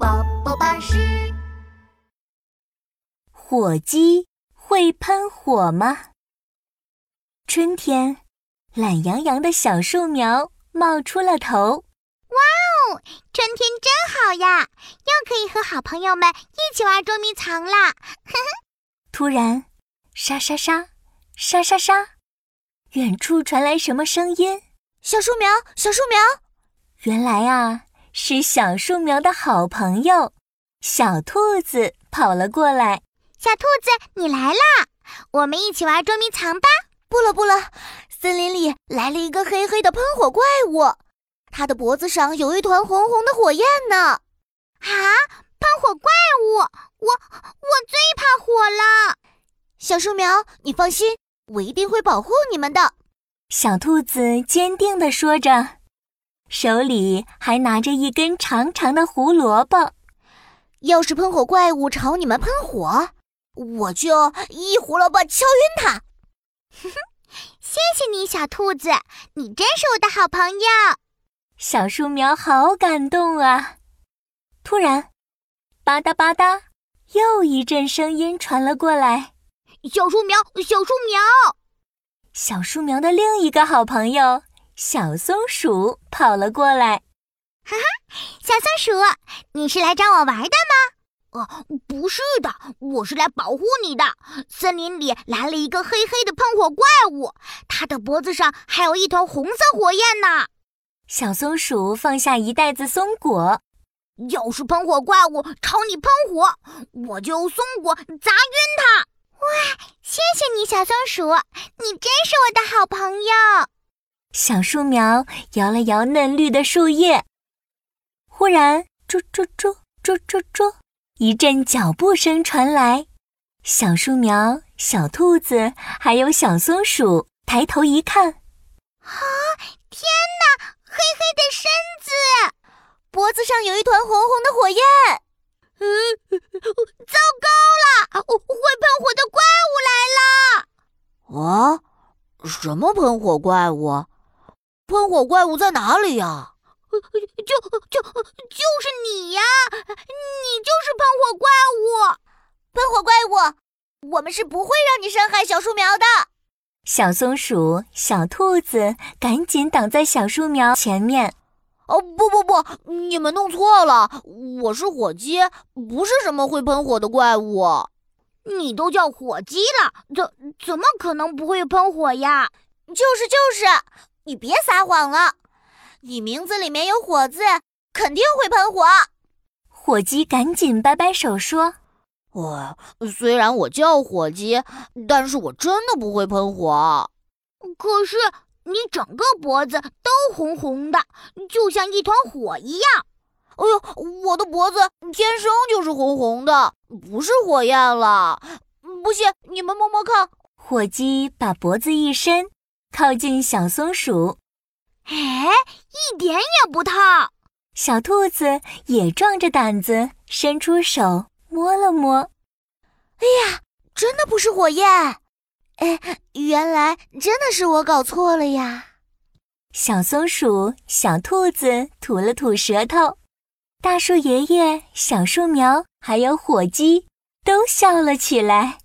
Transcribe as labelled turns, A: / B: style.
A: 巴士。
B: 火鸡会喷火吗？春天，懒洋洋的小树苗冒出了头。
A: 哦春天真好呀，又可以和好朋友们一起玩捉迷藏啦！
B: 突然，沙沙沙，沙沙沙，远处传来什么声音？
C: 小树苗，小树苗，
B: 原来啊，是小树苗的好朋友小兔子跑了过来。
A: 小兔子，你来啦，我们一起玩捉迷藏吧！
C: 不了不了，森林里来了一个黑黑的喷火怪物，它的脖子上有一团红红的火焰呢。
A: 啊，喷火怪物，我我最怕火了。
C: 小树苗，你放心，我一定会保护你们的。
B: 小兔子坚定地说着，手里还拿着一根长长的胡萝卜。
C: 要是喷火怪物朝你们喷火，我就一胡萝卜敲晕它。
A: 谢谢你，小兔子，你真是我的好朋友。
B: 小树苗好感动啊！突然，吧嗒吧嗒，又一阵声音传了过来。
A: 小树苗，小树苗，
B: 小树苗的另一个好朋友小松鼠跑了过来。
A: 小松鼠，你是来找我玩的吗？
D: 呃，不是的，我是来保护你的。森林里来了一个黑黑的喷火怪物，它的脖子上还有一团红色火焰呢。
B: 小松鼠放下一袋子松果，
D: 要是喷火怪物朝你喷火，我就用松果砸晕它。
A: 谢谢你，小松鼠，你真是我的好朋友。
B: 小树苗摇了摇嫩绿的树叶。忽然，啾啾啾啾啾啾，一阵脚步声传来。小树苗、小兔子还有小松鼠抬头一看，
C: 啊
A: 天哪，黑黑的身子，
C: 脖子上有一团红红的火焰，
D: 糟糕了，我会喷火的怪物来了！
C: 啊，什么喷火怪物？喷火怪物在哪里呀？
D: 就就就是你呀、你就是喷火怪物！
C: 喷火怪物，我们是不会让你伤害小树苗的。
B: 小松鼠、小兔子赶紧挡在小树苗前面。
C: 哦，不不不，你们弄错了，我是火鸡，不是什么会喷火的怪物。
D: 你都叫火鸡了，怎怎么可能不会喷火呀？
C: 就是就是，你别撒谎了，你名字里面有“火”字，肯定会喷火。
B: 火鸡赶紧摆摆手说
C: 我呃虽然我叫火鸡，但是我真的不会喷火。
D: 可是你整个脖子都红红的，就像一团火一样。
C: 哎呦，我的脖子天生就是红红的，不是火焰了。不信你们摸摸看，：“
B: 火鸡把脖子一伸，靠近小松鼠。
D: 哎，一点也不烫。
B: 小兔子也壮着胆子伸出手摸了摸。
C: 真的不是火焰。哎，原来真的是我搞错了呀。
B: 小松鼠、小兔子吐了吐舌头，大树爷爷、小树苗还有火鸡都笑了起来。